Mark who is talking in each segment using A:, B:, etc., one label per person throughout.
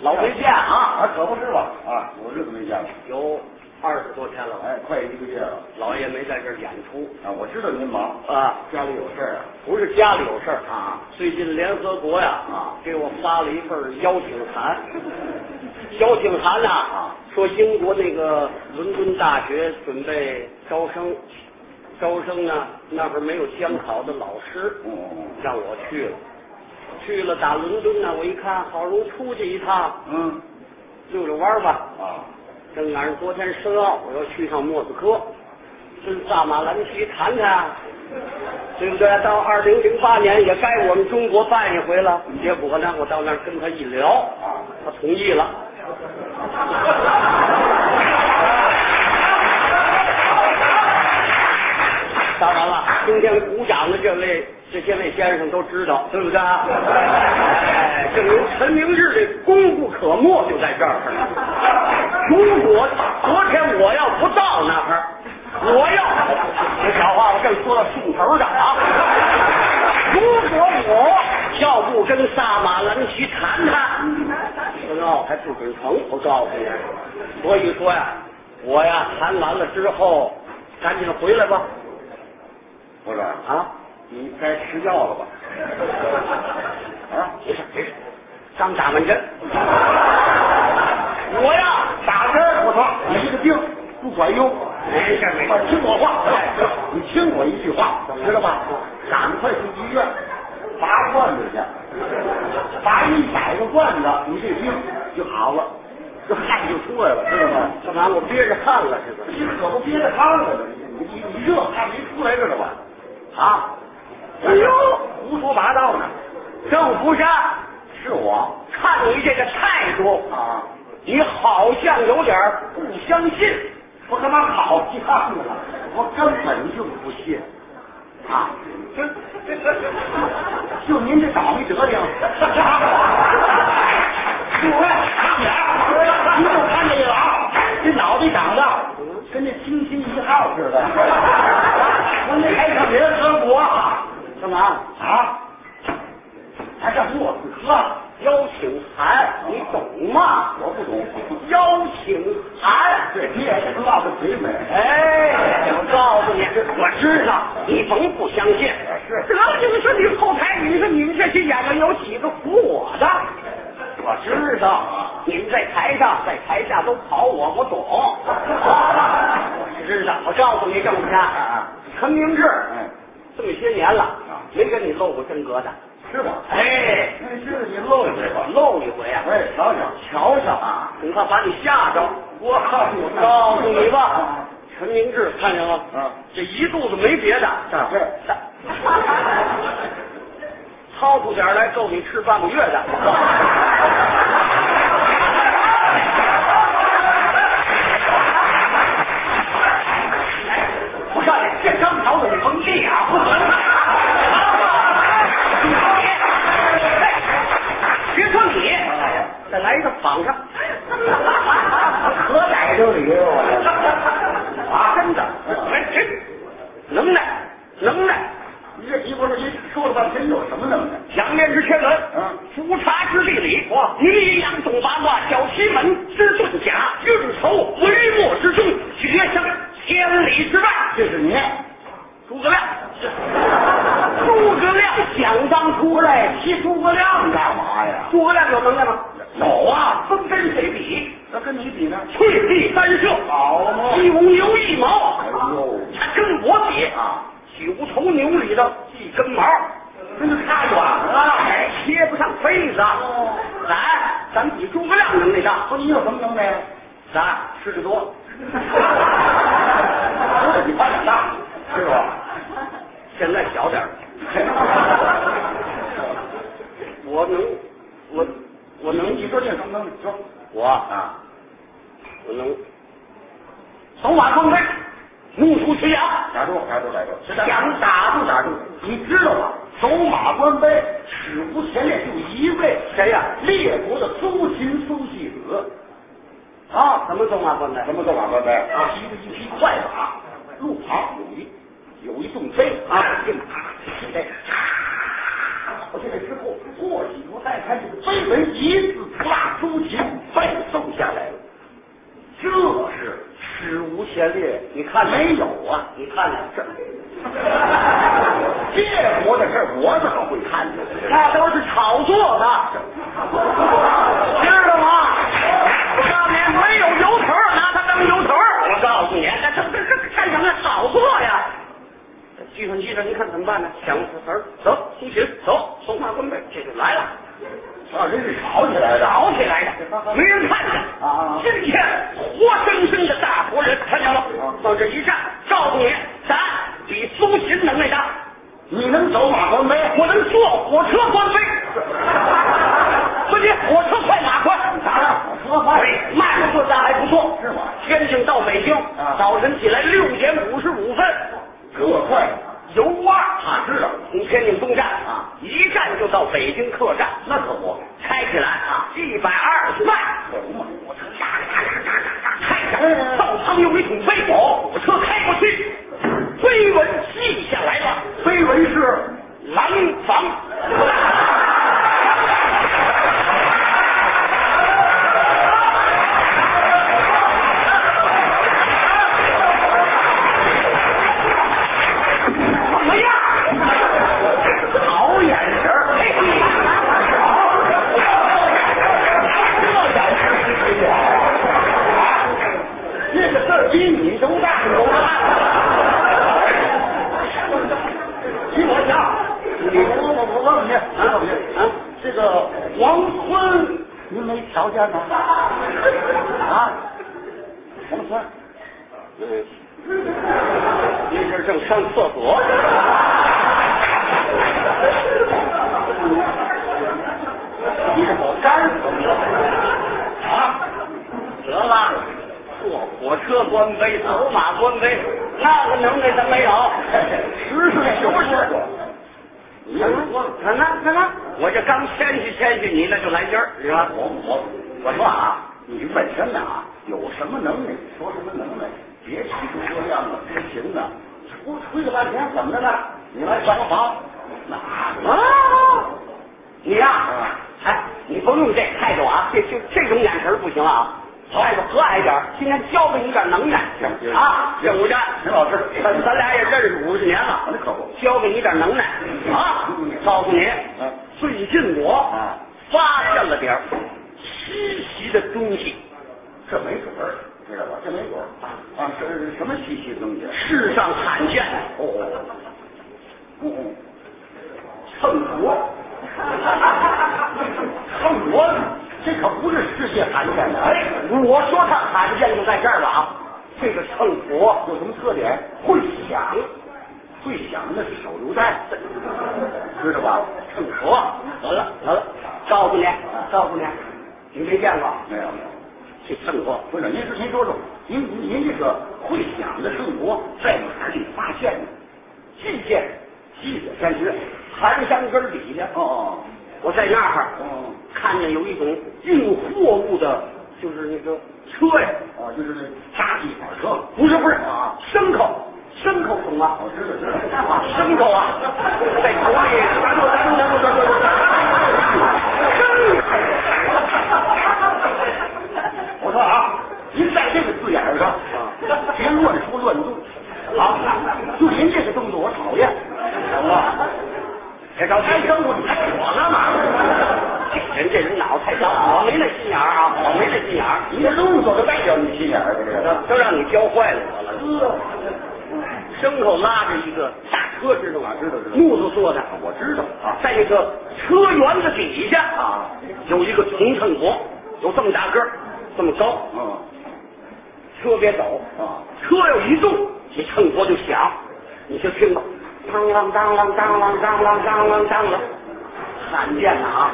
A: 老没见啊，
B: 啊，可不是嘛！啊，有日子没见了，
A: 有二十多天了。
B: 哎，快一个月了。
A: 老爷没在这儿演出
B: 啊，我知道您忙，
A: 啊，
B: 家里有事儿啊。
A: 不是家里有事儿啊。最近联合国呀啊，给我发了一份邀请函， 邀请函呐、啊，说英国那个伦敦大学准备招生，招生呢那会儿没有监考的老师，
B: 嗯
A: 让我去了。去了打伦敦呢，我一看好容易出去一趟，
B: 嗯
A: 溜溜弯儿吧。
B: 啊，
A: 正赶上昨天申奥，我要去趟莫斯科，跟萨马兰奇谈谈，对不对？到二零零八年也该我们中国办一回了。结果呢，我到那儿跟他一聊，他同意了。当然了，今天鼓掌的这位这些位先生都知道，对不对？啊哎，证明陈明志这功不可没，就在这儿。如果昨天我要不到那儿，我要这小话我正说到兴头上啊。如果我要不跟萨马兰奇谈谈，申奥还不准成，我告诉你。所以说呀，我呀谈完了之后，赶紧回来吧。
B: 部长，
A: 啊，
B: 你该吃药了吧？ 啊，
A: 没事没事，刚打完针。 我呀，打针儿
B: 我操，你这个病不管用。
A: 没事没
B: 啊
A: 事，
B: 听我话，哎你听我一句话，知道吧？赶快去医院拔罐子去，拔一百个罐子，你这病就好了，这汗就出来了，知道吗？
A: 干嘛我憋着汗了是
B: 你可不憋着汤了呢，你你你热汗没出来知道吧？
A: 吧？啊，
B: 哎呦，胡说八道呢！
A: 郑福山，
B: 是我
A: 看你这个态度，
B: 啊，
A: 你好像有点儿不相信。
B: 我他妈好犟呢，我根本就不信啊！这这这，就您这倒霉德行，主任看点儿，您就看这个啊，这脑袋长得跟那星星一号似的，我那还上联合国
A: 干嘛？
B: 啊，还上莫斯科，
A: 啊邀请函，你懂吗？
B: 我不懂，
A: 邀请函。
B: 对你也是落的嘴美。
A: 哎，我告诉你，我知道，你甭不相信。
B: 是
A: 得了，你们说你们后台，你说你们这些演员有几个服我的？我知道，你们在台上在台下都跑我，我懂。我知道，我告诉你，郑家陈明志，
B: 嗯，
A: 这么些年了，没跟你露过真格的。
B: 是吧？
A: 哎，
B: 那知道你漏一嘴吧？
A: 露一回啊！
B: 哎，瞧瞧，
A: 瞧瞧啊，恐怕把你吓着。
B: 我
A: 我告诉你吧，陈明志，看见吗？
B: 嗯，
A: 这一肚子没别的，
B: 大事儿
A: 大 掏出点儿来够你吃半个月的。 我告诉你，这张条子你甭立啊！不能哎别说 你，再来一个绑上，
B: 可逮着你了，
A: 啊，
B: 我
A: 真的，哎，真能耐，能耐，
B: 这。你这题不是您说了半天有什么能耐？
A: 仰面之天文，
B: 嗯，
A: 伏察之地理，哇，泥阴阳总八卦，小奇门之遁甲，运筹帷幕之中，决胜千里之外。
B: 这是您，
A: 诸 葛亮，诸葛亮想当初
B: 哎
A: 来提诸葛亮的，
B: 干嘛呀？
A: 诸葛亮有能耐吗？
B: 有啊，
A: 风真水笔，
B: 那跟你比呢？
A: 退避三舍，
B: 好嘛
A: 鸡无牛一毛，
B: 哎呦，
A: 他跟我比
B: 啊，
A: 九头牛里的一根毛，
B: 那就差远了。哦
A: 哎，贴不上被子。咱咱比诸葛亮能耐大，
B: 不，你有什么能耐呀？
A: 咱吃的多，
B: 我比你发展大，是吧？
A: 现在小 点儿我能，我我
B: 我能，
A: 能，
B: 你说你有什么能耐？说
A: 我啊，我能走马观飞，怒出群羊。
B: 打住，打住，打住！是
A: 想打住打住，
B: 你知道吗？走马观碑，史无前例，就一位
A: 谁呀、
B: 列国的苏秦苏戏子。
A: 啊，怎么走马观飞？
B: 什么走马观碑
A: 啊
B: 骑着一匹快马，路旁有一有一洞碑
A: 啊
B: 这马骑在，我这个之后过几如再看这个碑文，一字大苏秦
A: 旋律，
B: 你看没有啊？
A: 你看看这，
B: 这国的事儿我怎么会看呢？
A: 那都是炒作的，知道吗？我告诉你，没有由头儿，拿它当由头儿。我告诉你，那这这这干什么呀？炒作呀！计算机上，您看怎么办呢？想个词儿，走，苏秦，走，松花棍背，这就来了，
B: 啊，这是吵起来的。
A: 搞起来的，没人看见
B: 啊
A: 今天活生生的大活人，看见了
B: 啊
A: 吗？往这一站，告诉你，咱比苏秦能耐大，
B: 你能走马观碑？
A: 我能坐火车观 飞。不急，火车快，马快。
B: 咋了？我说话
A: 哎，慢了坐大还不错，
B: 是吗？
A: 天津到北京，
B: 啊
A: 早晨起来六点五十五分，
B: 给我快点
A: 游蛙。
B: 啊，知道了，
A: 从天津东站
B: 啊，
A: 一站就到北京客站，
B: 那可不。
A: 开起来啊，一百二十迈，
B: 我嘛，
A: 我车嘎嘎嘎嘎嘎嘎开
B: 嗯
A: 着，灶旁有一桶飞狗，我车开过去，飞蚊记下来了，
B: 非为是
A: 廊坊。怎么样？
B: 好眼神儿。这个事儿比你都大，都大。听我讲，你我我我问你，我问你，啊，这个黄昏您没条件吗？啊，黄昏，
A: 您这正上厕所。
B: 你这我干死你了！
A: 啊，得了，坐火车观碑，走马观碑，那个能耐咱没有。
B: 实事求是，你
A: 那那那那那，我这刚谦虚谦虚你，那就来劲儿，是吧？
B: 我我我说啊，你本身啊有什么能耐，说什么能耐，别提出这样的不行的，吹吹了半天怎么着呢？你来上房，哪
A: 啊，你呀、哎，你甭用这态度啊，这这这种眼神儿不行啊，态度和蔼点儿，今天教给你点儿能耐
B: 行
A: 啊，这武站，
B: 陈老师，
A: 咱咱俩也认识五十年了，
B: 那可不
A: 教给你点能耐啊！告诉你，
B: 嗯
A: 最近我
B: 啊
A: 发现了点儿稀奇的东西。
B: 这没准儿，知道吧？这没准儿啊，是什么稀奇东西？
A: 世上罕见，
B: 哦哦，嗯，秤 砣，秤砣，这可不是世界罕见的，哎，
A: 我说它罕见就在这儿了啊！这个秤砣
B: 有什么特点？
A: 会响，
B: 会响那是手榴弹，知道吧？
A: 秤砣得了得了，告诉你告诉你，你没见过
B: 没有没有，
A: 这秤砣，
B: 不是您是您说说，您您这个会响的圣国在哪里发现的？
A: 这件
B: 记者山区。
A: 寒山根儿底下，
B: 哦
A: 我在那儿
B: 哦哦
A: 看见有一种运货物的，就是那个车呀。
B: 哦，就是那扎地板车。
A: 不是不是
B: 啊，哦
A: 牲口，牲口懂吗？
B: 我知道知道。
A: 啊，牲口啊，在国里，
B: 啊我说啊，您在这个字眼儿上，啊别乱说乱动，啊，就您这个动作我讨厌，懂吗？
A: 别着急，
B: 开灯我你开我干嘛？
A: 人这人脑太小，我没那心眼儿啊，我没那心眼儿，
B: 你这动作就代表你心眼儿了，这个。
A: 都让你教坏了
B: 啊
A: 我了。牲口拉着一个大车，知道吗？
B: 知道知道
A: 木头做的，
B: 我知道啊，
A: 在那个车辕子底下
B: 啊，
A: 有一个铜秤砣，有这么大个儿，这么高，
B: 嗯
A: 车别走，
B: 啊，
A: 车要一动，这秤砣就响，你就听吧，当啷当啷当啷当啷当啷当啷，罕见的啊！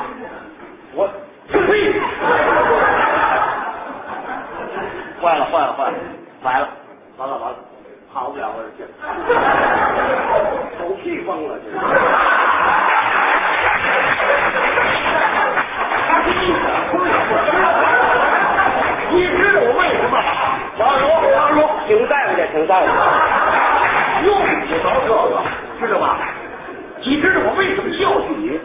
A: 我呸！坏了坏了坏了，完了完了完了，好不了了这，狗屁崩了这。
B: 你知道我为什么啊
A: 王叔王叔，请大夫去，请大夫去。
B: 用不着这个，知道吧？你知道我为什么教训你？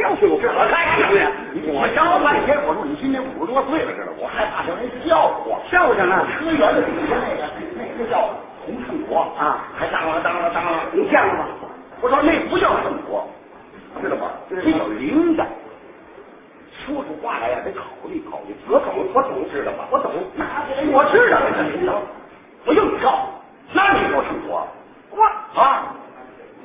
A: 教训我我干什么呀？
B: 我教了半天，我说你今年五十多岁了，知道吗我害怕让人笑话。
A: 教训呢？
B: 科员的底下那个那个那叫洪圣国
A: 啊
B: 还当啷当啷当啷，
A: 你见过吗？
B: 我说那不叫圣国，知道吧？
A: 知道
B: 这叫灵感。说出话来呀，得考虑考虑。我懂，我懂，知道吧？我懂，我知道，我知道，我硬跳，那你说圣国？我啊，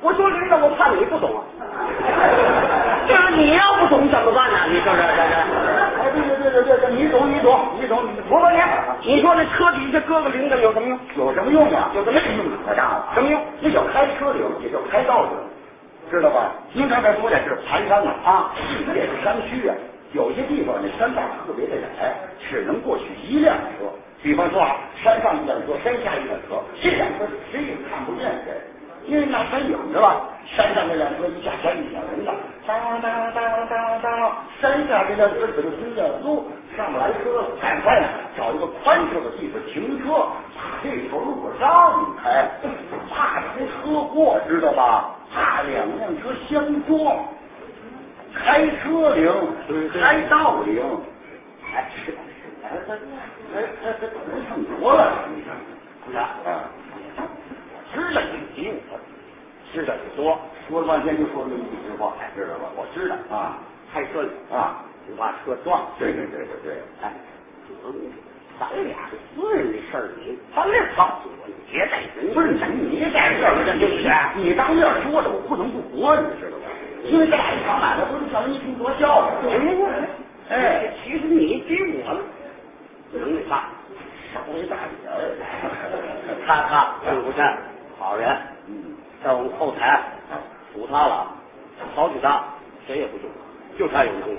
A: 我说知道，我怕你不懂啊。 就是你要不懂怎么办呢、你说这这这，
B: 哎，对对对对对对，你懂你懂你懂，你多多年
A: 你说这车底下搁个铃铛有什么用？
B: 有什么用啊？有什么用处可大了？什么用？那叫开车的用，也叫开道的用，知道吧？您刚才说的是盘山啊，啊，这也是山区啊，有些地方那山道特别的窄，只能过去一辆车。比方说啊，山上一辆车，山下一辆车，这辆车谁也看不见谁，因为那山影子了。山上这辆车一下山一响铃铛，当当当当当，山下这辆车可就听见了，哟，上不来车了，赶快呀找一个宽敞的地方停车，把这头路口让开，怕出车祸，知道吧？怕两辆车相撞，开车铃，开道铃，哎，是，哎，这这这这不上多了，你看，啊，知道你比我知道你多，说了半天就说这么一句话，知道吧？我知道啊，
A: 太顺了，
B: 啊，
A: 你怕车撞。
B: 对对对对对，
A: 哎，咱俩私人事儿，你咱俩告诉我，你别带人。
B: 不是你你在这儿，对不
A: 啊
B: 对？你当面说的，我不能不驳你，知道吧？因为咱俩一场买卖，都是叫人一听多笑话。
A: 哎
B: 哎，
A: 其实你比我嗯能力大，
B: 少一大点儿。
A: 看看是不是好人？
B: 嗯，
A: 在我们后台数他了，好几他，谁也不用，就他有能力。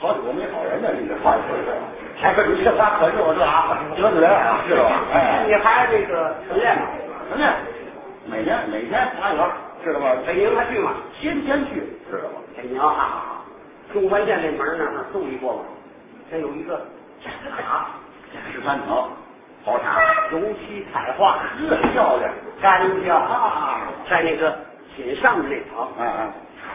B: 好久没好人呢，你这话说的，还不如这话可是我这啊，得罪人啊，知道吧？哎，
A: 你还这个晨练吗？
B: 什么呀？每天每天花园，知道吧？
A: 北营还去吗？
B: 天天去，知道吧？
A: 哎你要啊，中环线那门那儿注意过吗？这有一个假卡，
B: 十三层，好茶，
A: 油漆彩画，
B: 呵，漂亮，
A: 干净啊，在那个紧上面那层
B: 啊啊，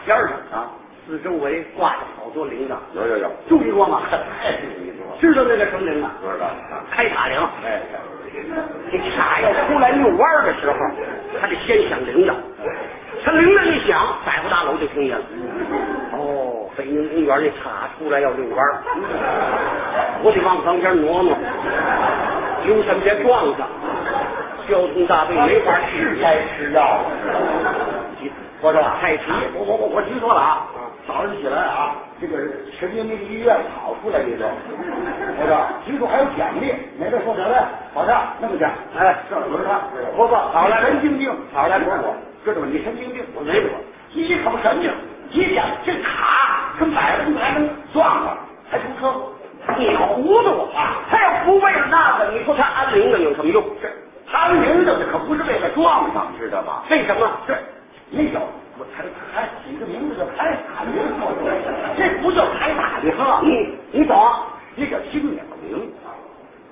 A: 边儿上。
B: 啊，
A: 四周围挂着好多铃铛，
B: 有有有，哎
A: 注意过吗？
B: 太你说，
A: 知道那叫什么铃铛？
B: 不知道啊，
A: 开塔铃。
B: 哎，
A: 这卡要出来遛弯儿的时候，他得先响铃铛。他铃铛一响，百货大楼就听见了。哦，北京公园那卡出来要遛弯儿，我得往旁边挪挪，留神别撞上。交通大
B: 哎
A: 队没法
B: 是
A: 去，
B: 该吃药了。我说啊
A: 太急
B: 我我我我听说了啊，早上起来啊，这个神经病医院跑出来一个，我说听说还有奖励，没得说得了，好的，那么点，哎，这轮他，伯伯，好了，神经病，好了，伯伯，知道吗？你神经病，我没我，你可不神经，你想这卡跟百分还能撞了，还出车祸，
A: 你
B: 糊涂我啊！
A: 他要不为了那个，你说他安铃铛有什么用？
B: 他明着的可不是为了撞上，知道吧？
A: 为什么？
B: 这那叫我才开起个名字叫开塔铃，这不叫开塔铃啊！
A: 你你懂？
B: 这叫听鸟铃，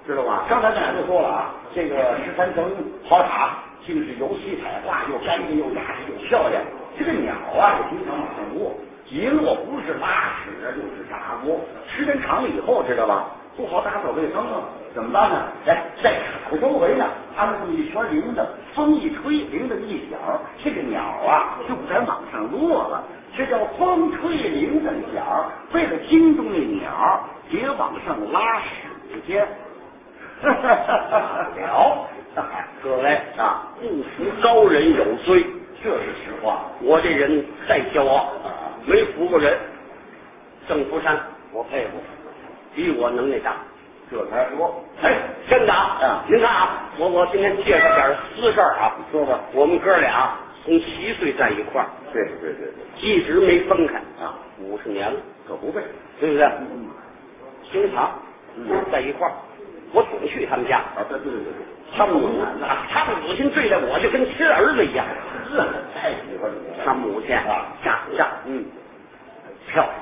B: 知道吧？刚才咱俩就说了啊，这个十三层跑塔，净是油漆彩画，又干净又雅致又漂亮。这个鸟啊，是平常很多，一落不是拉屎啊，就是炸锅。时间长了以后，知道吧？不好打扫卫生啊，怎么办呢？哎，在塔的周围呢，安了这么一圈铃铛，风一吹，铃铛一响，这个鸟啊就不敢往上落了。这叫风吹铃铛响，为了惊动那鸟，别往上拉屎去。了，
A: 各位
B: 啊，
A: 不服高人有罪。
B: 这是实话。
A: 我这人再骄傲，没服过人。郑福山，我佩服，比我能耐大。
B: 这才说，
A: 哎，真的啊
B: 啊！
A: 您看啊，我我今天介绍点私事儿啊。
B: 你说吧。
A: 我们哥俩从七岁在一块儿，
B: 对对对对，
A: 一直没分开
B: 啊，
A: 五十年了，
B: 可不呗。
A: 对不对？
B: 嗯，
A: 经常
B: 嗯
A: 在一块儿，我总去他们家。
B: 啊，对对对对，
A: 他母亲啊，他母亲对待我就跟亲儿子一样。
B: 这太喜欢你
A: 他
B: 了。
A: 母亲啊，长相
B: 嗯，
A: 漂亮。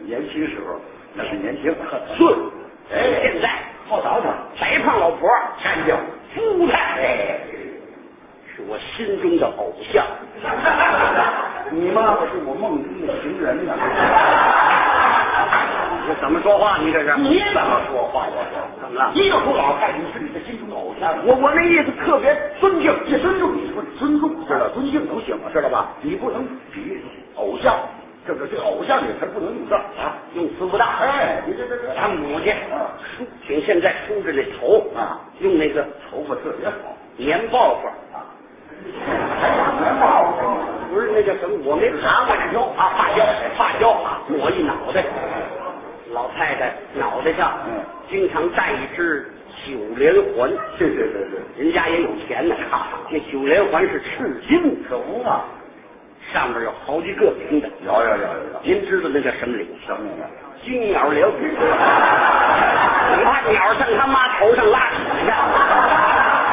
B: 年轻时候那是年轻，
A: 顺，
B: 哎
A: 现在
B: 好倒腾，
A: 白胖老婆
B: 干净。
A: 夫态
B: 哎，
A: 是我心中的偶像。
B: 你妈妈是我梦中的情人呢。
A: 这怎么说话？你这是
B: 你怎么说话呀？
A: 怎么了
B: 一个说老太太是你的心中偶像，
A: 我我那意思特别尊敬，
B: 也尊重你，说尊重知道，尊敬不行啊，知道吧？你不能比偶像，这个这偶像这词儿不能用这儿啊，
A: 用词不大。
B: 哎，你这这这
A: 他母亲
B: 啊
A: 梳挺现在梳着这头
B: 啊，
A: 用那个
B: 头发特别好，
A: 棉抱法，
B: 还长棉帽子，
A: 不是那叫什么，我没
B: 啥
A: 看过。啊，
B: 发胶啊，
A: 发胶，发胶啊，抹一脑袋。老太太脑袋上，
B: 嗯
A: 经常戴一只九连环，
B: 对对对对，
A: 人家也有钱呢。那九连环是赤金，
B: 可不嘛，
A: 上面有好几个平的。
B: 有有有有有，
A: 您知道那叫什么铃？
B: 什么呀？
A: 金鸟铃。你怕鸟上他妈头上拉屎去？鸟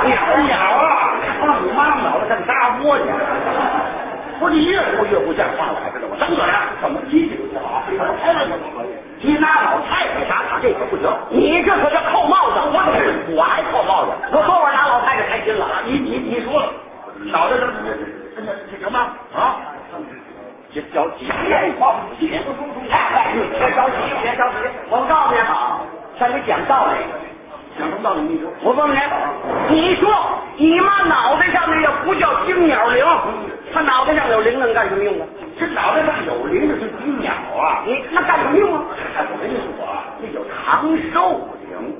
B: 鸟
A: 鸟
B: 啊，放你妈脑袋上扎窝去！不是你越说越不像话了，知道吗？张嘴啊，怎么激情不好？怎么开玩笑可以？你拿老太太啥啥这可不行，
A: 你这可叫扣帽子！
B: 我只我还扣帽子，
A: 我后边拿老太太开心了。
B: 你你你说脑袋上这这这什么啊？
A: 这小几
B: 别着急，别着急，别着急，
A: 我告诉你啊，咱得讲道理。
B: 想什么道理你说？
A: 我问你，你说你妈脑袋上那个不叫金鸟铃，她脑袋上有铃铛干什么用啊？
B: 这脑袋上有铃的是金鸟啊！
A: 你那干什么用啊？
B: 我跟你说啊，那叫长寿灵，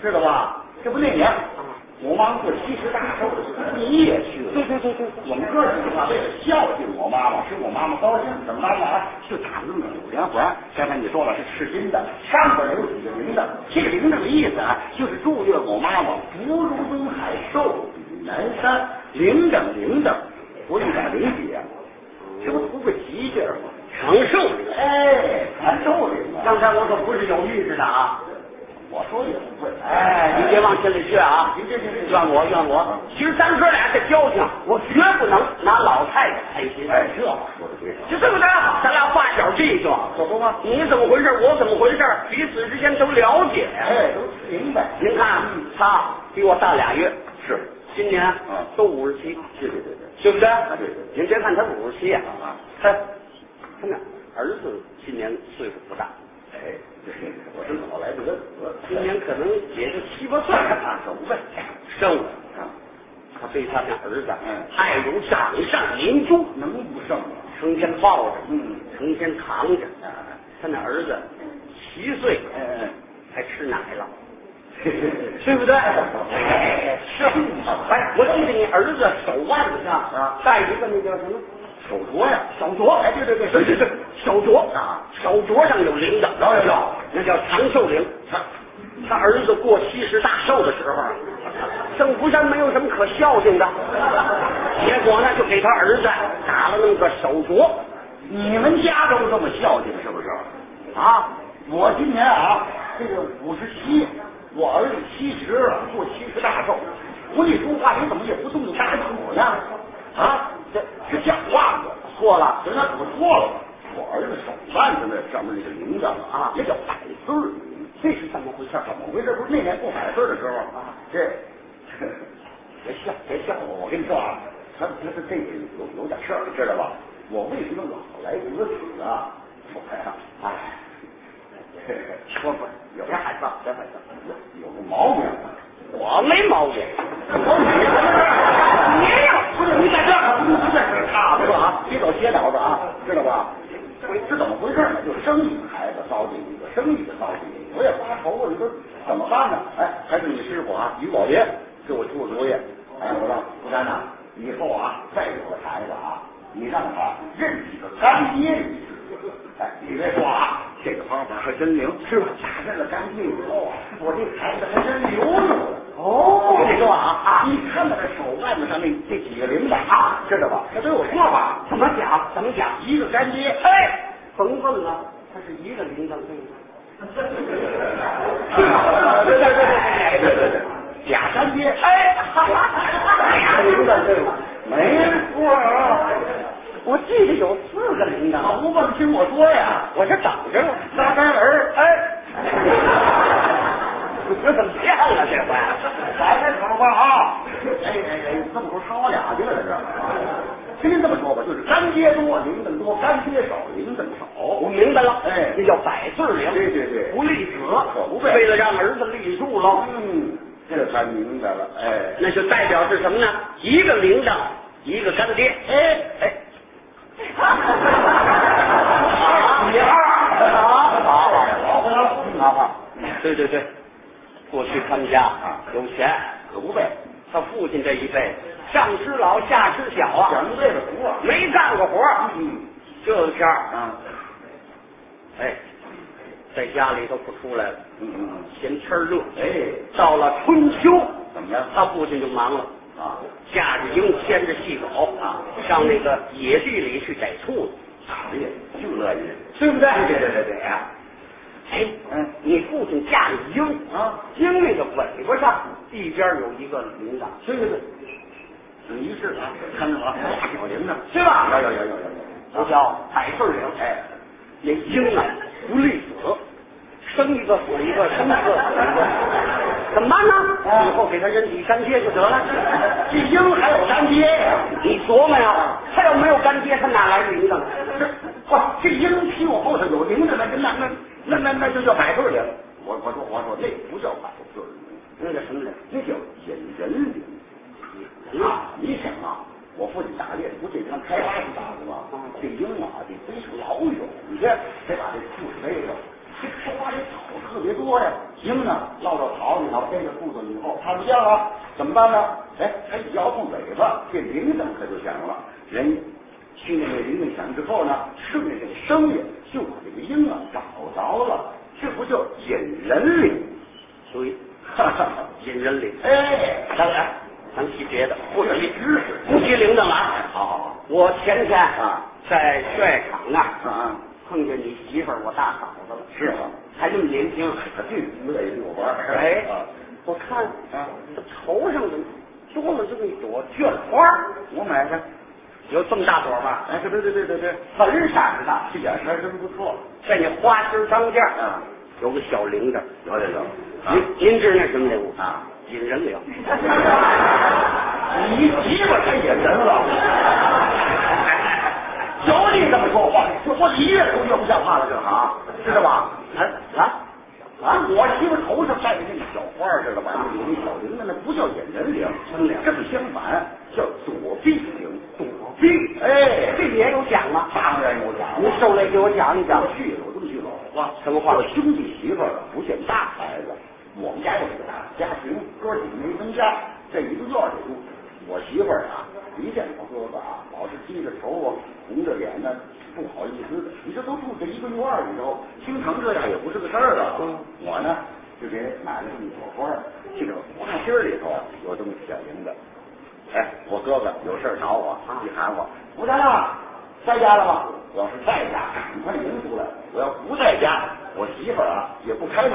B: 知道吧？这不那年我妈过七十大寿的时候，你也去了。
A: 对对对
B: 我们哥几个啊为了孝敬我妈妈，使我妈妈高兴，怎么着呢？就打了那五连环。刚才你说了是赤金的，上边有几个铃铛，这个铃铛的意思啊，就是祝愿我妈妈福如东海，寿比南山。铃铛铃铛，不用打理解，这不图个吉利儿吗？
A: 长寿铃。
B: 哎，咱都领啊！
A: 刚才我可不是有意识的啊，
B: 我说也不会。哎，
A: 您
B: 你
A: 别往心里去啊。
B: 您这这这
A: 怨我怨我。其实咱哥俩这交情，我绝不能拿老太太开心。
B: 哎，这话说的对，
A: 就这么着，咱俩发小这一个，
B: 可不吗？
A: 你怎么回事，我怎么回事，彼此之间都了解呀。
B: 哎，都明白。
A: 您看，他比我大俩月，
B: 是，
A: 今年
B: 嗯
A: 都五十七，
B: 对对对对，
A: 对不对？
B: 啊对对
A: 您别看他五十七啊，
B: 啊，
A: 他他那儿子今年岁数不大，
B: 哎，这是我这老来得得，
A: 今年可能也就七八岁
B: 啊，手呗，
A: 生了。
B: 啊，
A: 他对他那儿子，
B: 嗯
A: 爱如掌上明珠，
B: 能不胜吗？
A: 成天抱着，
B: 嗯
A: 成天扛着。
B: 啊，
A: 他那儿子七岁
B: 哎，
A: 还吃奶了，
B: 是
A: 对不对？
B: 哎，胜吗？
A: 哎，我记得你儿子手腕子上
B: 啊
A: 戴一个那叫什么
B: 手镯呀，
A: 手镯？哎，对对对，对对对，手镯
B: 啊，
A: 手镯上有铃铛，
B: 有有有，
A: 那叫长寿铃。
B: 他
A: 他儿子过七十大寿的时候，郑福山没有什么可孝敬的，结果呢就给他儿子打了那么个手镯。
B: 你们家都这么孝敬是不是？啊，我今年啊，这个五十七，我儿子七十了，过七十大寿。我跟你说话，你怎么也不动动大脑呢？啊，这这讲话吗？
A: 错了，
B: 人家怎么说了？我儿子手腕子那上面那个铃铛
A: 啊
B: 那叫百岁儿铃，
A: 这是怎么回事？
B: 怎么回事？不是那年过百岁儿的时候啊，这别笑别笑我，我跟你说啊，他他他这个有有点事儿，知道吧？我为什么老来得子啊？我呀，哎， 说吧，有
A: 别害臊
B: 别害臊，有个毛病，啊
A: 我没毛病，
B: 我
A: 你呀，
B: 不是你在这儿，不是在这儿差不多啊，别走歇聊着啊，知道吧？我是怎么回事呢？就生一个孩子糟践一个，生一个糟践一个，我也发愁啊，你说怎么办呢？哎，还是你师傅啊，于宝林给我出个主意。哎，我说吴丹呐，以后啊，再有个孩子啊，你让他认几个干爹。哎，你别说啊，这个方法还真灵，是吧？打认了干爹以后啊，我这孩子还真留住了。
A: 哦
B: 我跟你说啊，你看看这手腕子上那这几个铃铛啊，知道吧？这都有说法，
A: 怎么讲？怎么讲？
B: 一个干爹，
A: 哎，甭问了，他是一个铃铛对吗？
B: 对对对对对对，俩干爹，
A: 哎，
B: 俩铃铛对吗？没错啊，
A: 我记得有四个铃铛，
B: 不问听我说呀，
A: 我这长着了。
B: 拉杆儿，
A: 哎，这怎么变了这回？啊
B: 咱这说话啊，哎哎哎，这么说伤我俩去了，在这儿。跟您这么说吧，就是干爹多，铃铛多；干爹少，铃铛少。
A: 我明白了，
B: 哎
A: 这叫百岁灵，
B: 对对对
A: 不立子，
B: 可不呗
A: 为了让儿子立住喽，
B: 嗯，这才明白了，哎，
A: 那就代表是什么呢？一个铃铛，一个干爹。哎哎，
B: 你二，好好好，好好，
A: 对对对，过去他们家
B: 啊
A: 有钱，
B: 可不呗，
A: 他父亲这一辈上吃老下吃小啊，
B: 讲这个福啊，
A: 没干过活儿。
B: 嗯
A: 这天儿
B: 啊，
A: 哎，在家里头不出来了，
B: 嗯嗯，
A: 嫌天儿热。
B: 哎，
A: 到了春秋，
B: 怎么样？
A: 他父亲就忙了，
B: 啊，
A: 驾着鹰，牵着细狗啊，上那个野地里去逮兔子，
B: 哎呀，就乐意，
A: 对不对？
B: 对对对对啊，
A: 哎，
B: 嗯
A: 你父亲驾着鹰
B: 啊，
A: 鹰那个尾巴上一边有一个铃铛，
B: 对对对，你一试啊，看着我，大小铃铛，
A: 是吧？
B: 有有有有有，
A: 这叫百岁铃。
B: 哎，
A: 那鹰啊，不立子，生一个死一个，生一个死一个，怎么办呢？
B: 啊
A: 以后给他扔起干爹就得了。
B: 这鹰还有干爹呀。
A: 你琢磨呀，他要没有干爹，他哪来铃铛啊？
B: 不，这鹰屁股后头有铃的，那那那那那那就叫百对铃。我我说我说那不叫百对铃，
A: 那叫什么铃？
B: 那叫引人铃。啊，你想啊，我父亲打猎不这张开花去打的吗？这鹰啊得飞出老远，你这得把这兔子背着。这开花这草特别多呀，鹰呢落到草里头，背着兔子以后，它不见了，怎么办呢？哎，它一摇动尾巴，这铃铛可就响了。人听见这铃铛响之后呢，顺着这个声音就把这个鹰啊找着了，这不叫引人铃？
A: 对，
B: 哈哈哈！
A: 引人铃。
B: 哎，
A: 当然，咱提别的，
B: 或者一知识，
A: 不提铃铛了啊。
B: 好好好，
A: 我前天
B: 啊
A: 在帅场啊，
B: 啊啊，
A: 碰见你媳妇儿，我大嫂子了，
B: 是啊吗？
A: 还那么年轻。
B: 他这乐意跟我玩儿，
A: 哎
B: 啊，
A: 我看
B: 啊，
A: 这头上的多了这么一朵绢花儿，
B: 我买的，
A: 有这么大朵吧？
B: 哎，对对对对对对，
A: 粉色儿的，
B: 这眼神儿真不 错，
A: 在你花枝当间儿
B: 啊，
A: 有个小铃铛。
B: 有有有，
A: 您您知道那什么礼物？
B: 啊，
A: 引人铃。
B: 你媳妇太野人了，有你这么说话，这我一越说越不像话了，这啊，知道吧？
A: 啊啊！
B: 啊，我媳妇头上戴的那个小花儿似的吧，有那小铃铛，那不叫引人铃，
A: 真的
B: 正相反，叫躲避铃，躲
A: 兵，
B: 哎，
A: 这你也有奖吗？
B: 当然有奖了
A: 您。受累给我讲一讲
B: 讲。句有这么句老话，
A: 什么话
B: 叫兄弟媳妇儿不见大孩子。我们家有个大家庭，哥几个没分家，在一个院儿里住。我媳妇儿啊，一见我哥哥啊，老是低着头啊，红着脸呢，不好意思的。你这都住在一个院儿里头，经常这样也不是个事儿啊。
A: 嗯
B: 我呢，就给买了这么一朵花儿，这个花心儿里头啊有这么小铃铛。哎，我哥哥有事儿找我，一喊我，吴大亮，在家了吗？我要是在家，你快迎出来；我要不在家，我媳妇儿啊也不开门，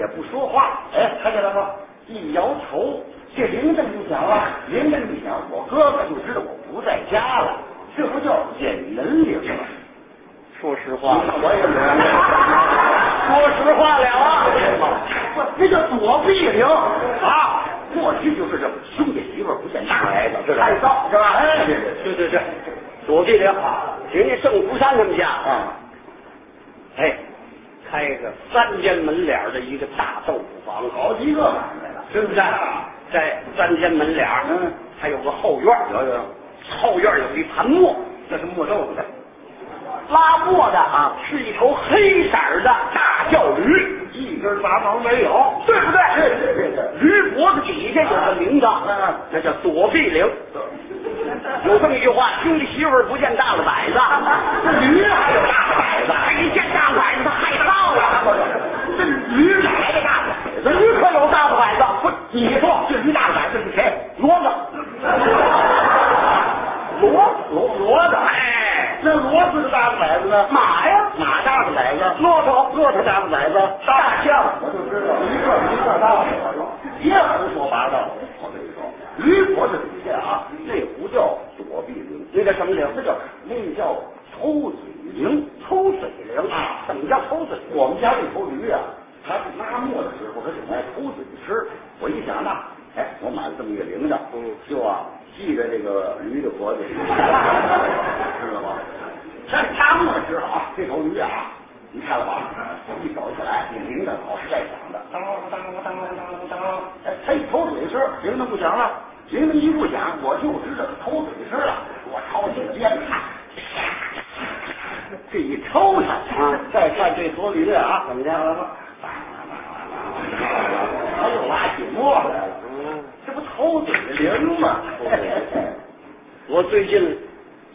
B: 也不说话。哎，看见了吗？一摇头，这铃铛就响了。铃铛一响，我哥哥就知道我不在家了。这不叫引人铃吗？
A: 说实
B: 你看我也是
A: 说实话了啊。
B: 不，那叫躲避铃啊！过去就是这么，兄弟媳妇儿不见大孩子，是吧？
A: 太
B: 造是吧？哎，对对
A: 对
B: 对。
A: 对对，躲避点好。人家郑福山他们家，
B: 啊，
A: 哎，开个三间门脸儿的一个大豆腐房，
B: 好几个买卖了，
A: 是不是？在三间门脸儿，
B: 嗯，
A: 还有个后院儿，
B: 有有，
A: 后院儿有一盘磨，
B: 这是磨豆腐的，
A: 拉磨的啊，是一头黑色儿的大叫驴，
B: 一根拔毛没有。
A: 对不对？
B: 对对对，
A: 驴脖子底下有个铃铛，
B: 嗯
A: 那叫躲避铃。有这么一句话：兄弟媳妇儿不见大了摆子，那驴啊还有大了摆子，还一见大了摆子他害臊了。
B: 这驴哪来的大摆子？
A: 驴可有大了摆子，不，
B: 你说这驴大摆子是谁？
A: 骡子， 骡
B: 骡骡子。
A: 哎，
B: 那骡子的大摆子呢？
A: 马呀，
B: 马大的摆子，
A: 骆驼，骆驼大了摆子，大象，
B: 我就知道一个一个大摆子，别胡说八道。我跟你说，驴脖子底下啊，那不叫躲避铃，
A: 那叫什么铃？
B: 那叫那叫抽嘴铃。
A: 抽水铃啊？怎么叫抽水铃？
B: 我们家这头驴啊，它拉磨的时候，它总爱抽嘴吃。我一想呢，哎，我买了这么一个铃铛，
A: 嗯
B: 就啊系在这个驴的脖子里，知道吗？它拉磨时候啊，这头驴啊，你看了吧？铃铛不响了，铃铛一不响，我就知道是偷嘴吃了。我抄起鞭看，这一抽它啊，再看这多驴啊，
A: 怎么的？
B: 还有拉起沫来了，
A: 嗯，
B: 这不偷嘴的铃吗？
A: 我最近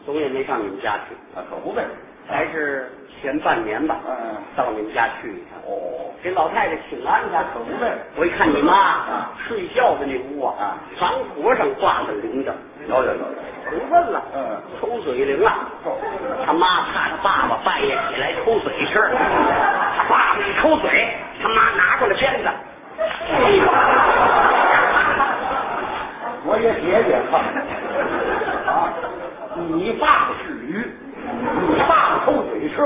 A: 总也没上你们家去，
B: 啊，可不呗。
A: 还是前半年吧，
B: 嗯
A: 到你们家去一趟，
B: 哦，
A: 给老太太请安去。
B: 可不呗。
A: 我一看你妈
B: 啊
A: 睡觉的那屋啊，房脖上挂着铃铛，
B: 有有有，
A: 不问了，
B: 嗯，哦
A: 抽嘴铃了。他妈怕他爸爸半夜起来抽嘴吃，他爸爸一抽嘴，他妈拿过来鞭子，
B: 我也解解吧。啊，你爸爸是驴，你爸爸偷嘴吃，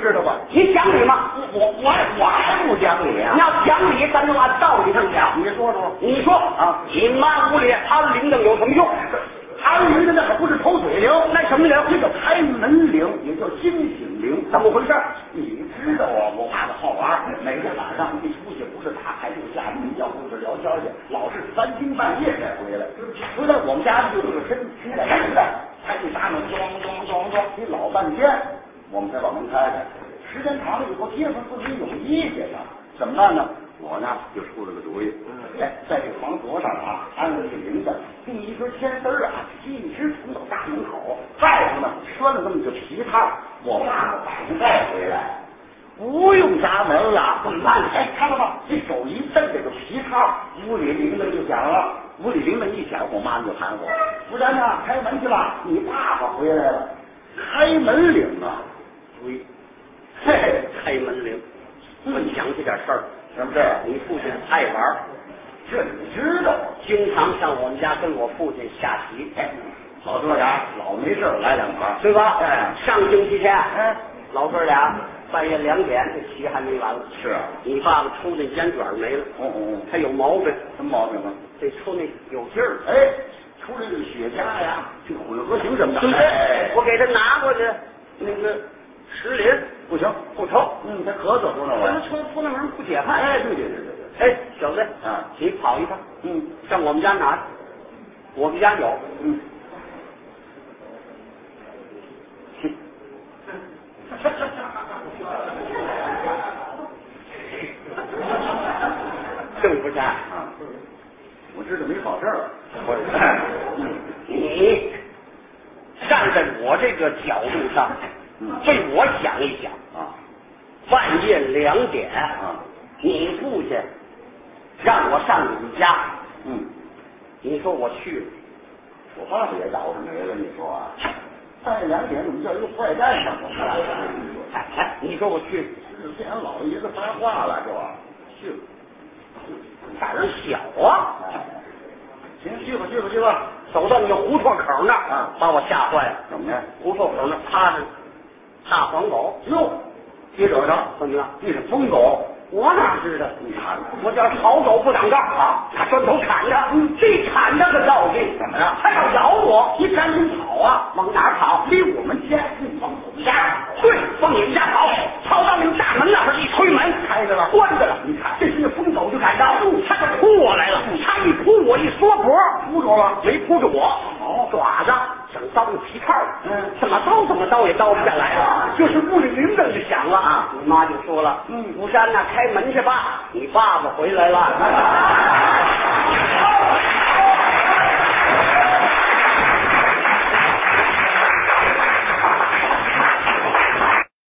B: 知道吧？
A: 你讲理吗？
B: 我我我还不讲理
A: 你
B: 啊！
A: 要讲理，咱就按道理上讲。
B: 你说说，
A: 你说啊，你妈屋里安铃铛有什么用？
B: 安驴的那可不是偷嘴铃，那什么铃？这叫开门铃，也叫惊醒铃。怎么回事？你知道啊，我爸爸好玩儿，每天晚上一出去不是打牌就下地，要不是聊天去，老是三更半夜才回来。回来我们家就有个身体在身上，他一打门，咚咚咚咚，你老半天，我们才把门开开。时间长了以后，憋出自己有意见了，怎么办呢？我呢就出了个主意，哎，在这房桌上啊安了一铃铛，钉一根铅丝儿啊，一直捅到大门口，再头呢拴了那么个皮套，我爸爸晚上再回来，不用砸门了，怎么办？哎，看到吧，这手一蹬这个皮套，屋里铃铛就响了。屋里铃铛一响，我妈就喊我，不然呢，开门去了，你爸爸回来了，开门铃啊，
A: 对，
B: 嘿嘿。
A: 开门铃。我想起点事儿，
B: 什么事儿？
A: 你父亲爱玩儿，
B: 这你知道？啊
A: 经常上我们家跟我父亲下棋，
B: 老哥俩老没事儿来两盘，
A: 对吧？
B: 哎，
A: 上星期天，
B: 嗯，
A: 老哥俩半夜两点，这棋还没完了。
B: 是啊，
A: 你爸爸抽那烟卷没了，
B: 哦哦，
A: 他有毛病，
B: 什么毛病啊？
A: 得抽那有劲儿。
B: 哎，出了这个雪茄呀，这个混合型什么的，
A: 对不
B: 哎
A: 对？，我给他拿过去，那个石林，
B: 不行，不抽，嗯，他咳嗽，不能
A: 我
B: 玩。
A: 就抽出那门不解汗。
B: 哎，对对对对对，
A: 哎，小子，
B: 啊
A: 你跑一趟，
B: 嗯
A: 上我们家拿去，我们家有。
B: 嗯，
A: 挣不下。
B: 我知道没好事儿，嗯我
A: 你站在我这个角度上
B: 嗯，
A: 为我想一想，
B: 啊
A: 半夜两点，
B: 啊，
A: 你父亲让我上你们家，
B: 嗯，
A: 你说我去了，
B: 我爸爸也倒霉了，你说啊，半夜两点怎么叫一个坏蛋呢？我说。
A: 哎哎，你说我去，
B: 这俺老爷子发话了，是吧？去吧，
A: 胆儿小啊，
B: 哎，行，去吧，去吧，去吧。
A: 走到那个胡同口那儿
B: 啊，
A: 把我吓坏了。
B: 怎么的？
A: 胡同口那儿趴着大黄狗，
B: 哟，别惹他，
A: 怎么样？
B: 你是疯狗。
A: 我哪知道？
B: 你看看，
A: 我叫好狗不长杠啊，他砖头砍着，这砍着可要命，
B: 嗯怎么了
A: 他要咬我，你赶紧跑啊！往哪儿跑？
B: 离我们家近，往我们
A: 家，对，往你们家跑，跑到你们大门那儿一推门，
B: 开着了
A: 关着了。
B: 你看嗯
A: 这些疯狗就赶到，他就扑我来了，他一扑我一缩脖，
B: 扑着了。哦
A: 没扑着我，爪子想刀那皮套，
B: 嗯
A: 怎么刀怎么刀也刀不下来啊了，就是屋里铃铛就响了啊！你妈就说了，
B: 嗯
A: 吴山呐，开门去吧，你爸爸回来了。